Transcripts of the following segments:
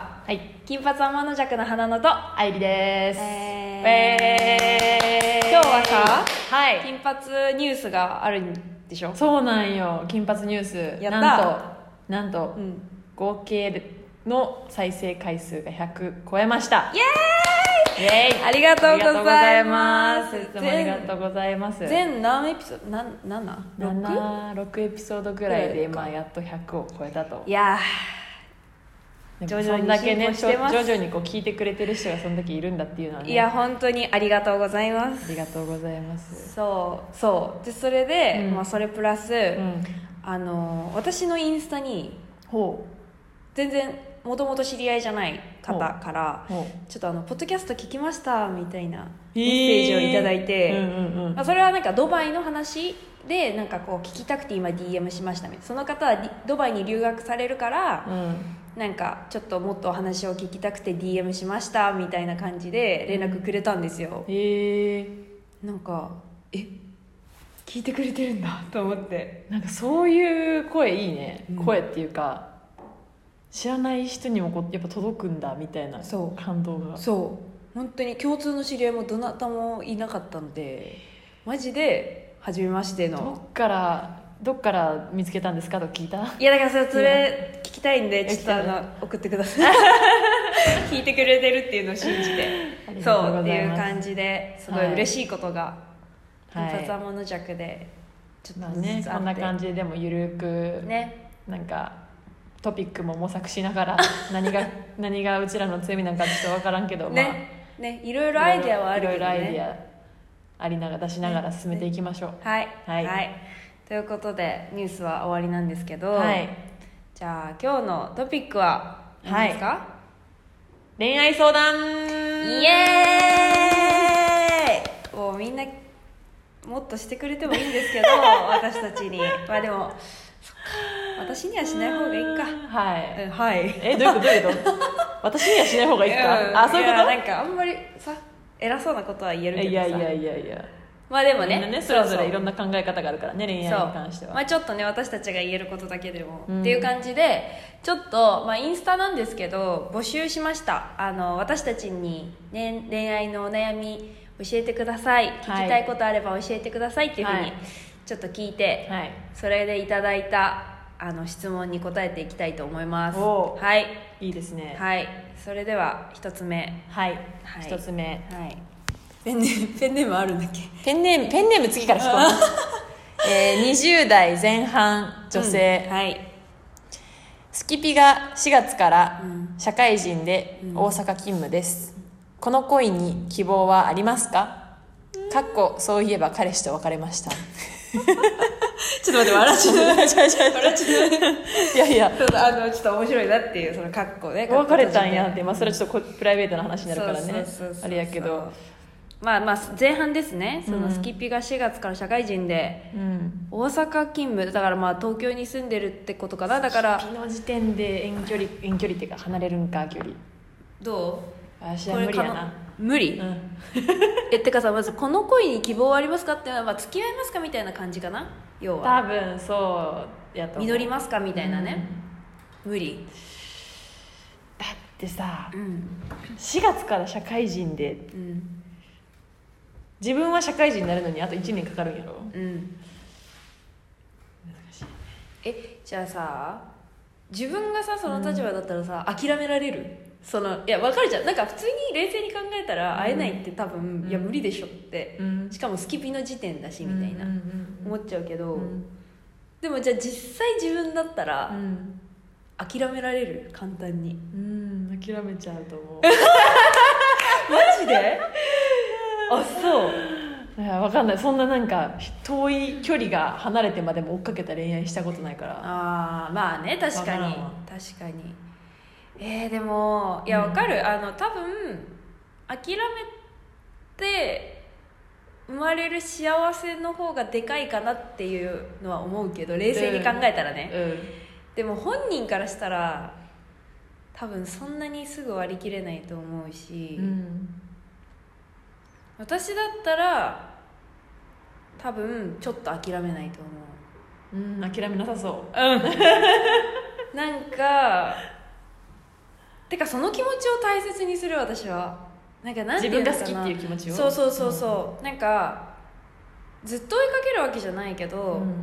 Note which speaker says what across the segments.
Speaker 1: はい
Speaker 2: 金髪天の弱の花野と
Speaker 1: 愛理です
Speaker 2: えー
Speaker 1: えー
Speaker 2: 今日はさ
Speaker 1: はい
Speaker 2: 金髪ニュースがあるんでしょ
Speaker 1: そうなんよ金髪ニュース
Speaker 2: やった
Speaker 1: なんとなんと、
Speaker 2: うん
Speaker 1: 合計の再生回数が100超えました
Speaker 2: イエ
Speaker 1: イエーイ
Speaker 2: ありがとうございます
Speaker 1: ありがとうございますいつもありがとうございます
Speaker 2: 全何エピソードなんなんなん六
Speaker 1: 76エピソードぐらいで
Speaker 2: ぐら
Speaker 1: 今
Speaker 2: い
Speaker 1: やっと100を超えたと
Speaker 2: いや
Speaker 1: でも
Speaker 2: 徐々に
Speaker 1: そんだけ
Speaker 2: 進
Speaker 1: ね
Speaker 2: 歩
Speaker 1: ち
Speaker 2: し
Speaker 1: ょ
Speaker 2: て
Speaker 1: 徐
Speaker 2: ます
Speaker 1: 々にこう聞いてくれてる人がそんだけいるんだっていうのは
Speaker 2: ー
Speaker 1: ね
Speaker 2: いや本当にありがとうございます
Speaker 1: ありがとうございます
Speaker 2: そうそうでそれで、
Speaker 1: うん
Speaker 2: まあ、それプラス、
Speaker 1: うん
Speaker 2: あの私のインスタに
Speaker 1: ほ
Speaker 2: 全然もともと知り合いじゃない方から
Speaker 1: うほう
Speaker 2: ちょっとあの「ポッドキャスト聞きました」みたいなメッセージをいただい
Speaker 1: え
Speaker 2: て、
Speaker 1: ーうんうんうん
Speaker 2: まあ、それはなんかドバイの話でなんかこう聞きたくて今 DM しましたみたいなその方はリドバイに留学されるから
Speaker 1: うん
Speaker 2: なんかちょっともっとお話を聞きたくて DM しましたみたいな感じで連絡くれたんですよ
Speaker 1: え
Speaker 2: なんかえ聞いてくれてるんだと思って
Speaker 1: ーなんかそういう声いいね、
Speaker 2: うん
Speaker 1: 声っていうか知らない人にもこうやっぱ届くんだみたいな
Speaker 2: そう
Speaker 1: 感動が
Speaker 2: そう本当に共通の知り合いもどなたもいなかったのでマジで初めましての
Speaker 1: どっからどっから見つけたんですかと聞いた
Speaker 2: いやだからそれ聞きたいんでちょっとあ
Speaker 1: え
Speaker 2: の送ってください聞いてくれてるっていうのを信じて
Speaker 1: ありがとう
Speaker 2: そうっ
Speaker 1: ご
Speaker 2: て
Speaker 1: ざい
Speaker 2: いう
Speaker 1: ます
Speaker 2: 感じですごい嬉しいことが「金
Speaker 1: はい
Speaker 2: 髪はもの弱」でちょ
Speaker 1: ま
Speaker 2: っ
Speaker 1: あ
Speaker 2: と
Speaker 1: ね
Speaker 2: ずつあ
Speaker 1: こん
Speaker 2: っ
Speaker 1: な
Speaker 2: て
Speaker 1: 感じででもゆるく
Speaker 2: ね
Speaker 1: なんかトピックも模索しながら何 が何がうちらの強みなんかちょっと分からんけど、まあ
Speaker 2: ねねいろいろアイデアはあ
Speaker 1: い
Speaker 2: る
Speaker 1: ろ
Speaker 2: け
Speaker 1: い
Speaker 2: ど
Speaker 1: ろアイデ
Speaker 2: ね
Speaker 1: アありながら出しながら進めていきましょう、
Speaker 2: はい
Speaker 1: はい
Speaker 2: ということでニュースは終わりなんですけど
Speaker 1: はい
Speaker 2: じゃあ今日のトピックは何ですか、
Speaker 1: 恋愛相談
Speaker 2: イエーイもうみんなもっとしてくれてもいい んですけど私たちにまあでもそっか私にはしない方がいいか
Speaker 1: はい、
Speaker 2: うんはい
Speaker 1: えどういうことどういうこと 私にはしない方がいいか、あそういうこ
Speaker 2: やなんかあんまりさ偉そうなことは言える
Speaker 1: と
Speaker 2: けどさ
Speaker 1: いやいやいやいや
Speaker 2: まあでも
Speaker 1: み
Speaker 2: ね
Speaker 1: んなねそれぞれいろん
Speaker 2: な
Speaker 1: な考え方があるからね恋愛に関しては
Speaker 2: まあ、ちょっとね私たちが言えることだけでも、
Speaker 1: うん
Speaker 2: っていう感じでちょっと、まあ、インスタなんですけど募集しましたあの私たちに、ね、恋愛のお悩み教えてください、聞きたいことあれば教えてくださいっていうふう
Speaker 1: は
Speaker 2: に
Speaker 1: い
Speaker 2: ちょっと聞いて、
Speaker 1: はい
Speaker 2: それでいただいたあの質問に答えていきたいと思います
Speaker 1: おう
Speaker 2: はい、
Speaker 1: いいですね
Speaker 2: はい、それでは一つ目
Speaker 1: はい、
Speaker 2: はい
Speaker 1: 一つ目
Speaker 2: はいペンネームペンネームあるんだっけ
Speaker 1: ペンネームペンネーム次から聞こ う、えー、20代前半女性、
Speaker 2: うんはい
Speaker 1: スキピが4月から
Speaker 2: うん
Speaker 1: 社会人で大阪勤務です、この恋に希望はありますかかっこそういえば彼氏と別れました
Speaker 2: ちょっと待って笑っちゃった
Speaker 1: いやいや
Speaker 2: ちょっとあのちょっと面白いなっていうその格好ね
Speaker 1: 別れたんやっ
Speaker 2: で
Speaker 1: て、まあ、それはちょっとこプライベートな話になるからねあれやけど
Speaker 2: まあまあ前半ですねその
Speaker 1: うん
Speaker 2: スキッピが4月から社会人で
Speaker 1: うん
Speaker 2: 大阪勤務だからまあ東京に住んでるってことかなだか
Speaker 1: ピ
Speaker 2: ら
Speaker 1: の時点で遠距離遠距離っていうか離れるんか距離
Speaker 2: どう
Speaker 1: 私は無理やな
Speaker 2: 無理、
Speaker 1: うん
Speaker 2: えってかさまずこの恋に希望はありますかっていうのはまあ付き合いますかみたいな感じかな要は
Speaker 1: 多分そうやと思う
Speaker 2: 実りますかみたいなね、無理
Speaker 1: だってさ
Speaker 2: うん
Speaker 1: 4月から社会人で
Speaker 2: うん
Speaker 1: 自分は社会人になるのにあと1年かかるんやろ
Speaker 2: うん
Speaker 1: 難しい
Speaker 2: えじゃあさ自分がさその立場だったらさ、諦められるそのいや分かるじゃんなんか普通に冷静に考えたら会えないって多分、
Speaker 1: うん
Speaker 2: いや無理でしょって、
Speaker 1: うん
Speaker 2: しかもスキピの時点だしみたいな、
Speaker 1: うんうん
Speaker 2: 思っちゃうけど、
Speaker 1: うん
Speaker 2: でもじゃあ実際自分だった
Speaker 1: う
Speaker 2: ら
Speaker 1: ん
Speaker 2: 諦められる簡単に
Speaker 1: うんうん諦めちゃうと思う
Speaker 2: マジであそう
Speaker 1: いや分かんないそんななんか遠い距離が離れてまでも追っかけた恋愛したことないから
Speaker 2: あーまあね確か
Speaker 1: わ
Speaker 2: に
Speaker 1: からんわ
Speaker 2: 確かにえー、でもいやわかる、あの多分諦めて生まれる幸せの方がでかいかなっていうのは思うけど冷静に考えたら
Speaker 1: う
Speaker 2: ね、
Speaker 1: ん
Speaker 2: でも本人からしたら多分そんなにすぐ割り切れないと思うし、
Speaker 1: うん
Speaker 2: 私だったら多分ちょっと諦めないと思う
Speaker 1: うん諦めなさそう
Speaker 2: なんかてかその気持ちを大切にする私はなんかなんて
Speaker 1: 自
Speaker 2: いう
Speaker 1: 分
Speaker 2: の
Speaker 1: が
Speaker 2: かな
Speaker 1: 好きっていう気持ちを
Speaker 2: そうそうそうそうなんかずっと追いかけるわけじゃないけど、
Speaker 1: ん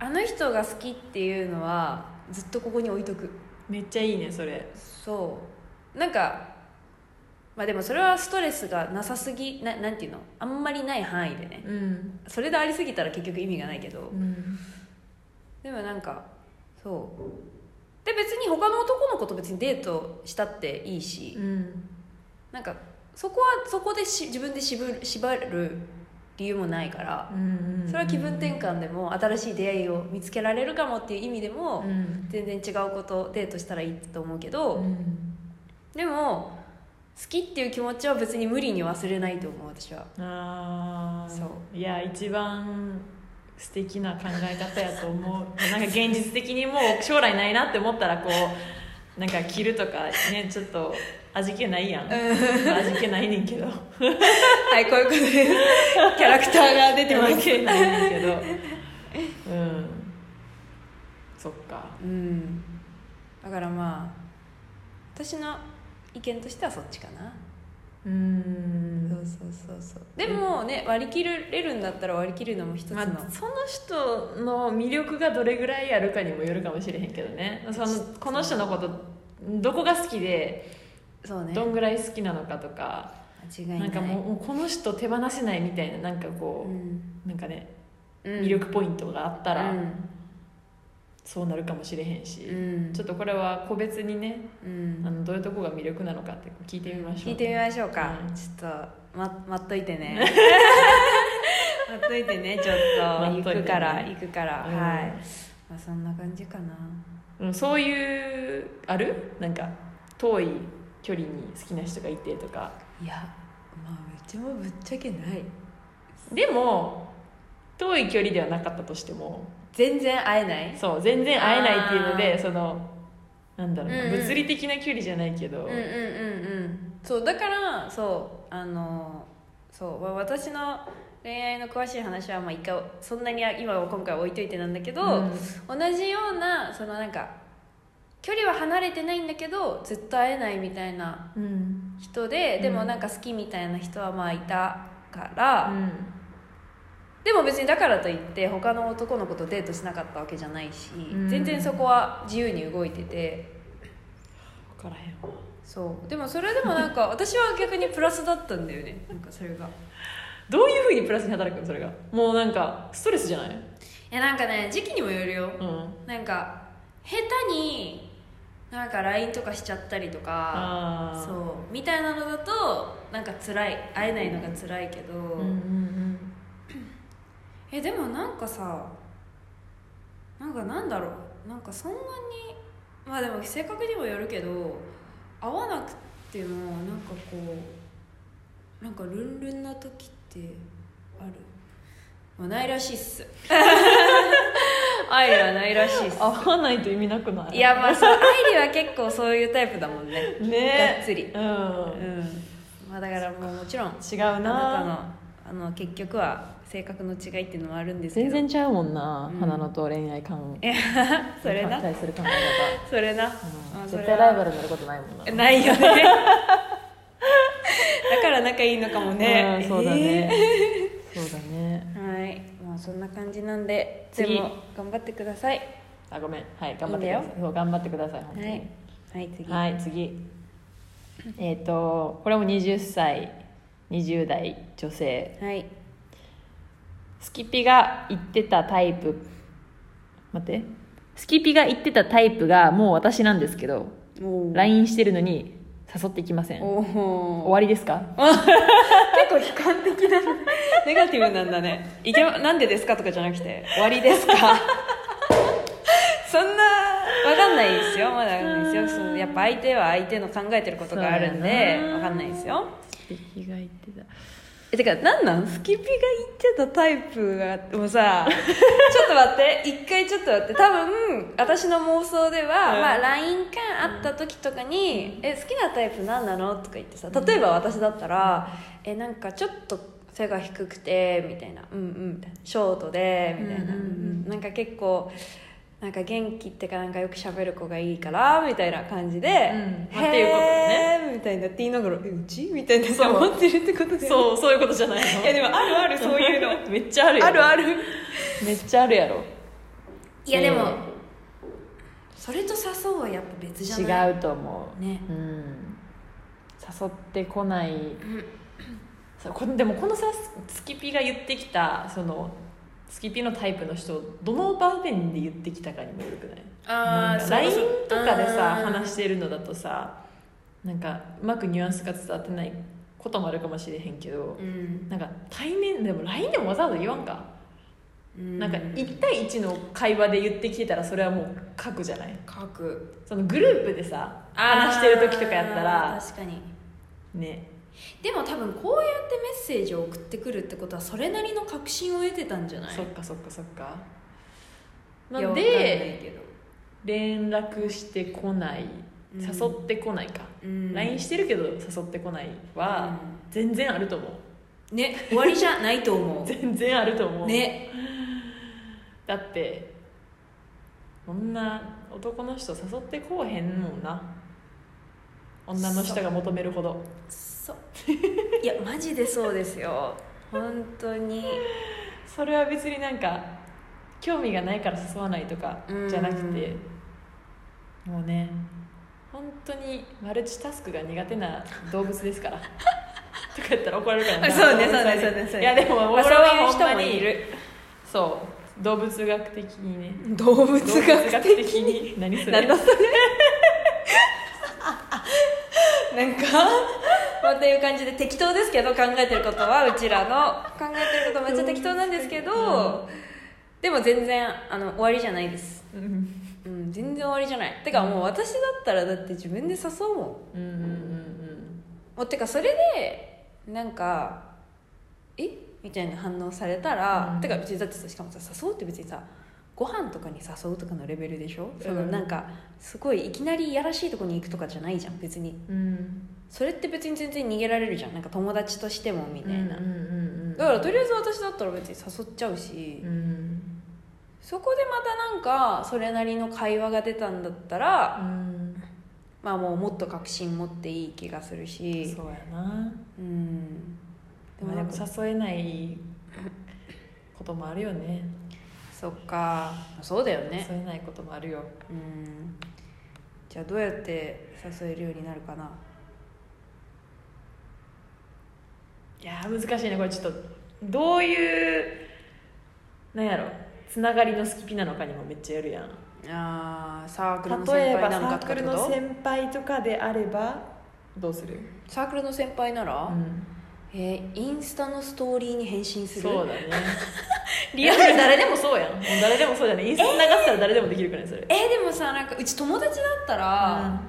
Speaker 2: あの人が好きっていうのはずっとここに置いとく
Speaker 1: めっちゃいいねそれ
Speaker 2: そうなんかまあでもそれはストレスがなさすぎななんていうのあんまりない範囲でね
Speaker 1: うん、
Speaker 2: それでありすぎたら結局意味がないけどでもなんかそうで別に他の男の子と別にデートしたっていいし、なんかそこはそこでし自分で縛る縛る理由もないからそれは気分転換でも新しい出会いを見つけられるかもっていう意味でも、
Speaker 1: うん
Speaker 2: 全然違うことデートしたらいいと思うけど、
Speaker 1: うん
Speaker 2: でも好きっていう気持ちは別に無理に忘れないと思う私は
Speaker 1: あ
Speaker 2: そ
Speaker 1: そういや一番素敵な考え方やと思うなんか現実的にもう将来ないなって思ったらこうなんか着るとかねちょっと味気ないやん、まあ味気ないねんけど
Speaker 2: はいこういうことでキャラクターが出てます
Speaker 1: 味気ないねんけどうんそっか
Speaker 2: うんだからまあ私の意見としてはそっちかな、
Speaker 1: う
Speaker 2: そうんそうそうそうでもね割り切れるんだったら割り切るのも一つの、
Speaker 1: まあ、その人の魅力がどれぐらいあるかにもよるかもしれへんけどねそのこの人のことどこが好きで
Speaker 2: そうね
Speaker 1: どんぐらい好きなのかとか、
Speaker 2: 間違いない
Speaker 1: なんかもうもうこの人手放せないみたいななんかこ
Speaker 2: うん
Speaker 1: うなんかね
Speaker 2: うん
Speaker 1: 魅力ポイントがあったら、
Speaker 2: うん
Speaker 1: そうなるかもしれへんし、
Speaker 2: うん
Speaker 1: ちょっとこれは個別にね
Speaker 2: うん
Speaker 1: あのどういうとこが魅力なのかって聞いてみましょう
Speaker 2: 聞いてみましょうか、
Speaker 1: うん
Speaker 2: ちょっと、ま、待っとい てね待っといてねちょっ
Speaker 1: 待っ
Speaker 2: と
Speaker 1: といてね
Speaker 2: 行くから、行くから、
Speaker 1: うん
Speaker 2: はい、まあ、そんな感じかな
Speaker 1: うん、そういうあるなんか遠い距離に好きな人がいてとか
Speaker 2: いやまあうちもぶっちゃけない
Speaker 1: でも遠い距離ではなかったとしても
Speaker 2: 全然会えない
Speaker 1: そう全然会えないっていうの
Speaker 2: あ
Speaker 1: で
Speaker 2: ー
Speaker 1: そのなんだろうな、
Speaker 2: うんうん
Speaker 1: 物理的な距離じゃないけど、
Speaker 2: うんうんうんうんそうだからそうあのそうわ私の恋愛の詳しい話はまあ一回そんなに今は今回は置いといてなんだけど、
Speaker 1: うん
Speaker 2: 同じようなそのなんか距離は離れてないんだけどずっと会えないみたいな
Speaker 1: うん
Speaker 2: 人
Speaker 1: う
Speaker 2: で
Speaker 1: ん
Speaker 2: でもなんか好きみたいな人はまあいたから、でも別にだからといって他の男の子とデートしなかったわけじゃないし、
Speaker 1: ん
Speaker 2: 全然そこは自由に動いてて
Speaker 1: 分からへんわ
Speaker 2: そうでもそれでもなん か私は逆にプラスだったんだよねなんかそれがい
Speaker 1: どういうふうにプラスに働くのそれがもうなんかストレスじゃない
Speaker 2: やなんかね時期にもよるよ
Speaker 1: うん
Speaker 2: なんか下手になんか LINE とかしちゃったりとか
Speaker 1: ああ
Speaker 2: そうみたいなのだとなんか辛い会えないのが辛いけど、
Speaker 1: うんうん
Speaker 2: えでもなんかさなんかなんだろうなんかそんなにまあでも性格にもよるけど会わなくてもなんかこうなんかルンルンな時ってある、まあ、ないらしいっす 愛理はないらしいっす
Speaker 1: うん合わないと意味なくない
Speaker 2: いやまあそう愛理は結構そういうタイプだもんね
Speaker 1: ね
Speaker 2: がっつり
Speaker 1: う
Speaker 2: うんんまあだからもうもちろん
Speaker 1: 違う
Speaker 2: あ
Speaker 1: な
Speaker 2: なたのあの結局は性格の違いっていうのもあるんですけど
Speaker 1: 全然ちゃうもんな、
Speaker 2: うん
Speaker 1: 花野と恋愛観
Speaker 2: いやそれな
Speaker 1: に対する考え
Speaker 2: それな、
Speaker 1: 方、うん、
Speaker 2: あそれ
Speaker 1: 絶
Speaker 2: は
Speaker 1: 対ライバルになることないもんな
Speaker 2: ない よねだから仲いいのかもね、
Speaker 1: うんそうだね、そうだね
Speaker 2: えーはいまあそんな感じなんで
Speaker 1: 次
Speaker 2: でも頑張ってください
Speaker 1: あごめんはい頑張ってくださ
Speaker 2: いいん
Speaker 1: いそう頑張ってください本当
Speaker 2: は
Speaker 1: に
Speaker 2: いはい次
Speaker 1: はい、次えっ、とこれも20歳20代女性
Speaker 2: はい
Speaker 1: スキピが言ってたタイプ待ってスキピが言ってたタイプがもう私なんですけど
Speaker 2: おー
Speaker 1: LINE してるのに誘ってきません終
Speaker 2: おお
Speaker 1: わりですか
Speaker 2: 結構悲観的な ネガティブなんだねいけなんでですかとかじゃなくて終わりで すかそんなわかんないですよまだわかんないですよそうやっぱ相手は相手の考えてることがあるん
Speaker 1: そうや
Speaker 2: で
Speaker 1: な
Speaker 2: わかんないですよ
Speaker 1: スキピが言ってた
Speaker 2: えてかなんなんスキピが言ってたタイプがもうさ ちょっと待って一回ちょっと待って多分私の妄想では、
Speaker 1: うん
Speaker 2: まあ、LINE か会った時とかに「え好きなタイプ何なの?」とか言ってさ例えば私だったら「えなんかちょっと背が低くて」みたいな「うんうん」みたいな「ショートで」みたいな、
Speaker 1: うんうんうん
Speaker 2: なんか結構なんか元気ってかなんかよく喋る子がいいからみたいな感じで、
Speaker 1: うん
Speaker 2: へ
Speaker 1: まあっていうことだ
Speaker 2: ーみたいなって言いながらえうちみたいな
Speaker 1: そう
Speaker 2: 思ってるってことだよね
Speaker 1: そうそういうことじゃないの
Speaker 2: いやでもある あるそういうの
Speaker 1: めっちゃあるやろ
Speaker 2: あるある
Speaker 1: めっちゃあるやろ
Speaker 2: いやでも、
Speaker 1: えー
Speaker 2: それと誘うはやっぱ別じゃない
Speaker 1: 違うと思う
Speaker 2: ね
Speaker 1: うん誘ってこない
Speaker 2: ん
Speaker 1: そうこでもこのさスキピが言ってきたそのスキピのタイプの人どの場面で言ってきたかにもよるくない
Speaker 2: あ
Speaker 1: なん
Speaker 2: あ
Speaker 1: か LINE とかでさ話
Speaker 2: し
Speaker 1: してるのだとさなんかうまくニュアンスが伝わってないこともあるかもしれへんけど、
Speaker 2: うん
Speaker 1: なんか対面でも LINE でもわざわざ言わんか、
Speaker 2: うん
Speaker 1: なんか1対1の会話で言ってきてたらそれはもう書くじゃない
Speaker 2: 書く
Speaker 1: そのグループでさ話してる時とかやった
Speaker 2: あー
Speaker 1: ら
Speaker 2: 確かに
Speaker 1: ね
Speaker 2: でも多分こうやってメッセージを送ってくるってことはそれなりの確信を得てたんじゃない
Speaker 1: そっかそっかそっか、
Speaker 2: い
Speaker 1: ま
Speaker 2: や
Speaker 1: あ、
Speaker 2: わかんない
Speaker 1: で
Speaker 2: けど
Speaker 1: 連絡してこない
Speaker 2: うん
Speaker 1: 誘ってこないか、
Speaker 2: うん
Speaker 1: LINE してるけど誘ってこないは全然あると思う
Speaker 2: うんね終わりじゃないと 思
Speaker 1: 全然あると思
Speaker 2: う
Speaker 1: う、
Speaker 2: ね
Speaker 1: だってこんな男の人誘ってこうへんもんな女の人が求めるほど
Speaker 2: そういやマジでそうですよ本当に
Speaker 1: それは別になんか興味がないから誘わないとか
Speaker 2: うん
Speaker 1: じゃなくてもうね本当にマルチタスクが苦手な動物ですからとか言ったら怒られるからな
Speaker 2: そうねそうねそうねそうね
Speaker 1: いやでも
Speaker 2: まあ
Speaker 1: 俺はほんま
Speaker 2: そういう人もい
Speaker 1: に
Speaker 2: る
Speaker 1: そう動物学的にね
Speaker 2: 動物
Speaker 1: 動物学的に何それ
Speaker 2: なんだそれなんか、まあ、という感じで適当ですけど考えてることはうちらの考えてることめっちゃ適当なんですけど、でも全然あの終わりじゃないです、
Speaker 1: うん
Speaker 2: うん、全然終わりじゃないてかもう私だったらだって自分で誘うもん
Speaker 1: うんうんうん
Speaker 2: もうてかそれでなんか「えみたいな反応されたら、
Speaker 1: うん
Speaker 2: てか別にだってさしかもさ誘うって別にさご飯とかに誘うとかのレベルでしょ、
Speaker 1: ん
Speaker 2: そのなんかすごいいきなりいやらしいとこに行くとかじゃないじゃん別に
Speaker 1: うんうん
Speaker 2: それって別に全然逃げられるじゃんなんか友達としてもみたいな、
Speaker 1: うんうんうん
Speaker 2: だからとりあえず私だったら別に誘っちゃうし、
Speaker 1: うん
Speaker 2: そこでまたなんかそれなりの会話が出たんだったら、
Speaker 1: うん
Speaker 2: まあもうもっと確信持っていい気がするし
Speaker 1: そうやな
Speaker 2: うん
Speaker 1: でもでも
Speaker 2: なんか
Speaker 1: 誘えないこともあるよね
Speaker 2: そっかそうだよね
Speaker 1: 誘えないこともあるよ
Speaker 2: うんじゃあどうやって誘えるようになるかない
Speaker 1: やー難しいねこれちょっとどういうなんやろつながりのスキピなのかにもめっちゃやるやん
Speaker 2: あーサークルの
Speaker 1: 例
Speaker 2: 先
Speaker 1: えば
Speaker 2: 輩な
Speaker 1: サ
Speaker 2: のか
Speaker 1: ー
Speaker 2: って
Speaker 1: ク
Speaker 2: こ
Speaker 1: ルの
Speaker 2: と
Speaker 1: 先輩とかであればどうする、
Speaker 2: サークルの先輩な
Speaker 1: う
Speaker 2: ら、
Speaker 1: ん、
Speaker 2: えーインスタのストーリーに返信する
Speaker 1: そうだね
Speaker 2: リアルだ
Speaker 1: 誰でもそうやんもう 誰でもそうじゃないインスタ流したら誰でもできるくらいそれ、
Speaker 2: えーでもさなんかうち友達だったら、
Speaker 1: あ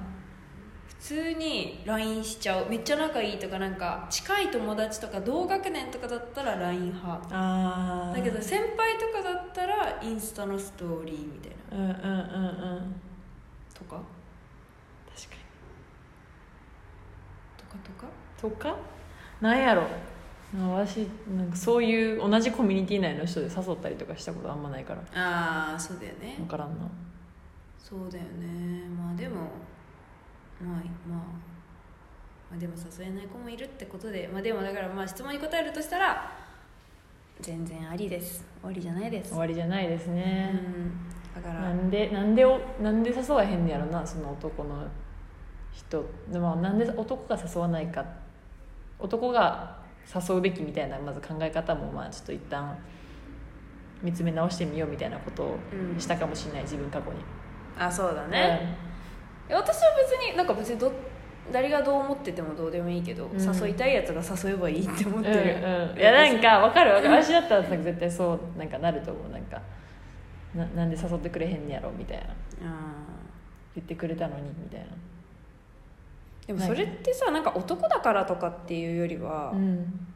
Speaker 2: 普通に LINE しちゃうめっちゃ仲いいとかなんか近い友達とか同学年とかだったら LINE 派
Speaker 1: あー
Speaker 2: だけど先輩とかだったらインスタのストーリーみたいな
Speaker 1: うんうんうんうん
Speaker 2: とか
Speaker 1: 確かに
Speaker 2: とかと
Speaker 1: と
Speaker 2: か
Speaker 1: かなんやろまあ私なんかそういう同じコミュニティ内の人で誘ったりとかしたことあんまないから
Speaker 2: ああそうだよね
Speaker 1: 分からんな
Speaker 2: そうだよねまあでもまあまあまあでも誘えない子もいるってことでまあでもだからまあ質問に答えるとしたら全然ありです終わりじゃないです
Speaker 1: 終わりじゃないです
Speaker 2: う
Speaker 1: ね、
Speaker 2: んだから
Speaker 1: なんでなんでおなんで誘わへんねやろなその男の人でもなんで男が誘わないか男が誘うべきみたいなまず考え方もまあちょっと一旦見つめ直してみようみたいなことを
Speaker 2: うん
Speaker 1: したかもしれない自分過去に
Speaker 2: あそうだね、いや私は別になんか別にど誰がどう思っててもどうでもいいけど、
Speaker 1: うん
Speaker 2: 誘いたいやつが誘えばいいって
Speaker 1: う
Speaker 2: 思っ
Speaker 1: ん
Speaker 2: て
Speaker 1: う
Speaker 2: る、
Speaker 1: んうんいやなんかわかるわかる私だったらさ絶対そうなんかなると思うなんかななんで誘ってくれへんねやろみたいな
Speaker 2: うん
Speaker 1: 言ってくれたのにみたいな
Speaker 2: でもそれってさなんか男だからとかっていうよりは、
Speaker 1: うん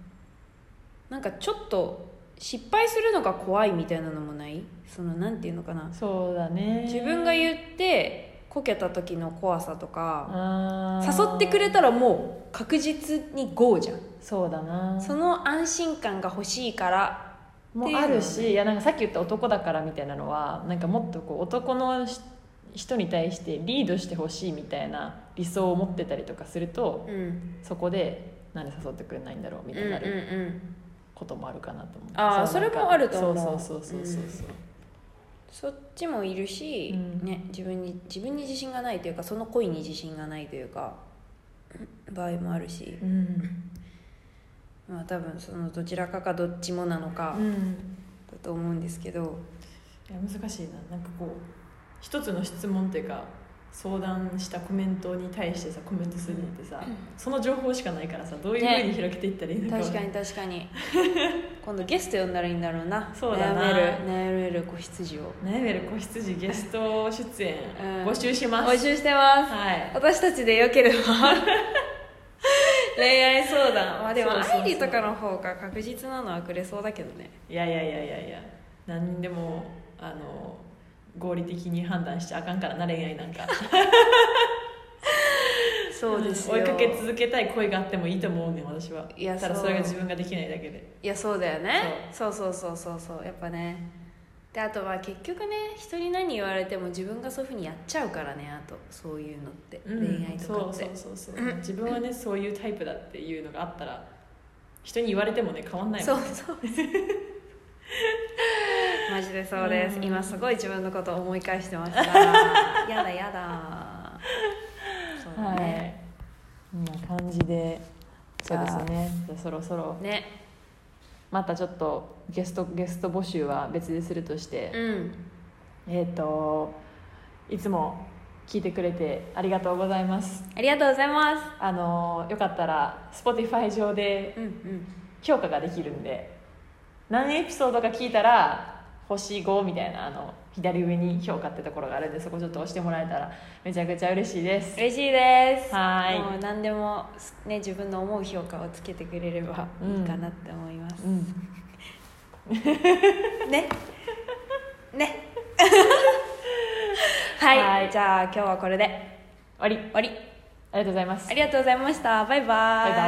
Speaker 2: なんかちょっと失敗するのが怖いみたいなのもないそのなんていうのかな
Speaker 1: そうだね
Speaker 2: 自分が言ってこけた時の怖さとか
Speaker 1: あ
Speaker 2: 誘
Speaker 1: ー
Speaker 2: ってくれたらもう確実に GO じゃん
Speaker 1: そうだな
Speaker 2: その安心感が欲しいから
Speaker 1: もあるしいやなんかさっき言った男だからみたいなのはなんかもっとこう男のし人に対してリードしてほしいみたいな理想を持ってたりとかすると
Speaker 2: うん
Speaker 1: そこでなんで誘ってくれないんだろうみたいにな
Speaker 2: うん
Speaker 1: る
Speaker 2: うんうん
Speaker 1: こともあるかなと思う、
Speaker 2: あ
Speaker 1: う
Speaker 2: ー
Speaker 1: なんか
Speaker 2: それもあると思う
Speaker 1: そうそうそうそうそう
Speaker 2: そっちもいるし、
Speaker 1: うん
Speaker 2: ね、自分に自分に自信がないというかその恋に自信がないというかうん場合もあるし、
Speaker 1: そううん
Speaker 2: まあ、多分そのどちらかかどっちもなのか
Speaker 1: うん
Speaker 2: だと思うんですけど、
Speaker 1: いや難しいななんかこう一つの質問っていうか相談したコメントに対してさコメントするのってさ、その情報しかないからさどういうふうに広げていったらいいのか
Speaker 2: 確かに確かに 今度ゲスト呼んだらいいんだろうな
Speaker 1: そうだな
Speaker 2: 悩める悩める子羊を
Speaker 1: 悩める子羊ゲスト出演
Speaker 2: うん
Speaker 1: 募集します、
Speaker 2: 募集してます、
Speaker 1: はい
Speaker 2: 私たちでよ ければ恋愛相談まあでも
Speaker 1: そうそうそう
Speaker 2: アイリーとかの方が確実なのはくれそうだけどね
Speaker 1: いやいやいやいやいや何人でもあの合理的に判断しちゃあかんからな恋愛なんか
Speaker 2: そうです よ
Speaker 1: 追いかけ続けたい恋があってもいいと思うねん私はい
Speaker 2: や
Speaker 1: ただ
Speaker 2: そう
Speaker 1: それが自分ができないだけで
Speaker 2: いやそうだよねそうそうそうそうそうやっぱねであとは結局ね人に何言われても自分がそういうふうにやっちゃうからねあとそういうのって、恋愛とかって
Speaker 1: うんそうそうそうそう自分はねそういうタイプだっていうのがあったら人に言われてもね変わんないも
Speaker 2: そ
Speaker 1: ん
Speaker 2: うそう マジでそうです、
Speaker 1: うん
Speaker 2: 今すごい自分のこと思い返してました やだやだそうだ
Speaker 1: は
Speaker 2: ね、
Speaker 1: いこんな感じで
Speaker 2: じ
Speaker 1: そう
Speaker 2: ゃあ
Speaker 1: ですねじゃあそろそろ
Speaker 2: ね
Speaker 1: またちょっとゲストゲスト募集は別でするとして、
Speaker 2: うん
Speaker 1: えっ、といつも聞いてくれてありがとうございます
Speaker 2: ありがとうございます
Speaker 1: あのよかったら Spotify 上で
Speaker 2: うんうん
Speaker 1: 評価ができるんで何エピソードか聞いたら星5みたいなあの左上に評価ってところがあるんでそこちょっと押してもらえたらめちゃくちゃ嬉しいです
Speaker 2: 嬉しいです
Speaker 1: はーい
Speaker 2: もう何でも、ね、自分の思う評価をつけてくれればいいかなって思い ます、
Speaker 1: うん
Speaker 2: ねね はい、
Speaker 1: はい
Speaker 2: じゃあ今日はこれで
Speaker 1: 終わり
Speaker 2: 終わり
Speaker 1: ありがとうございます
Speaker 2: ありがとうございましたバイバイ
Speaker 1: バイバイ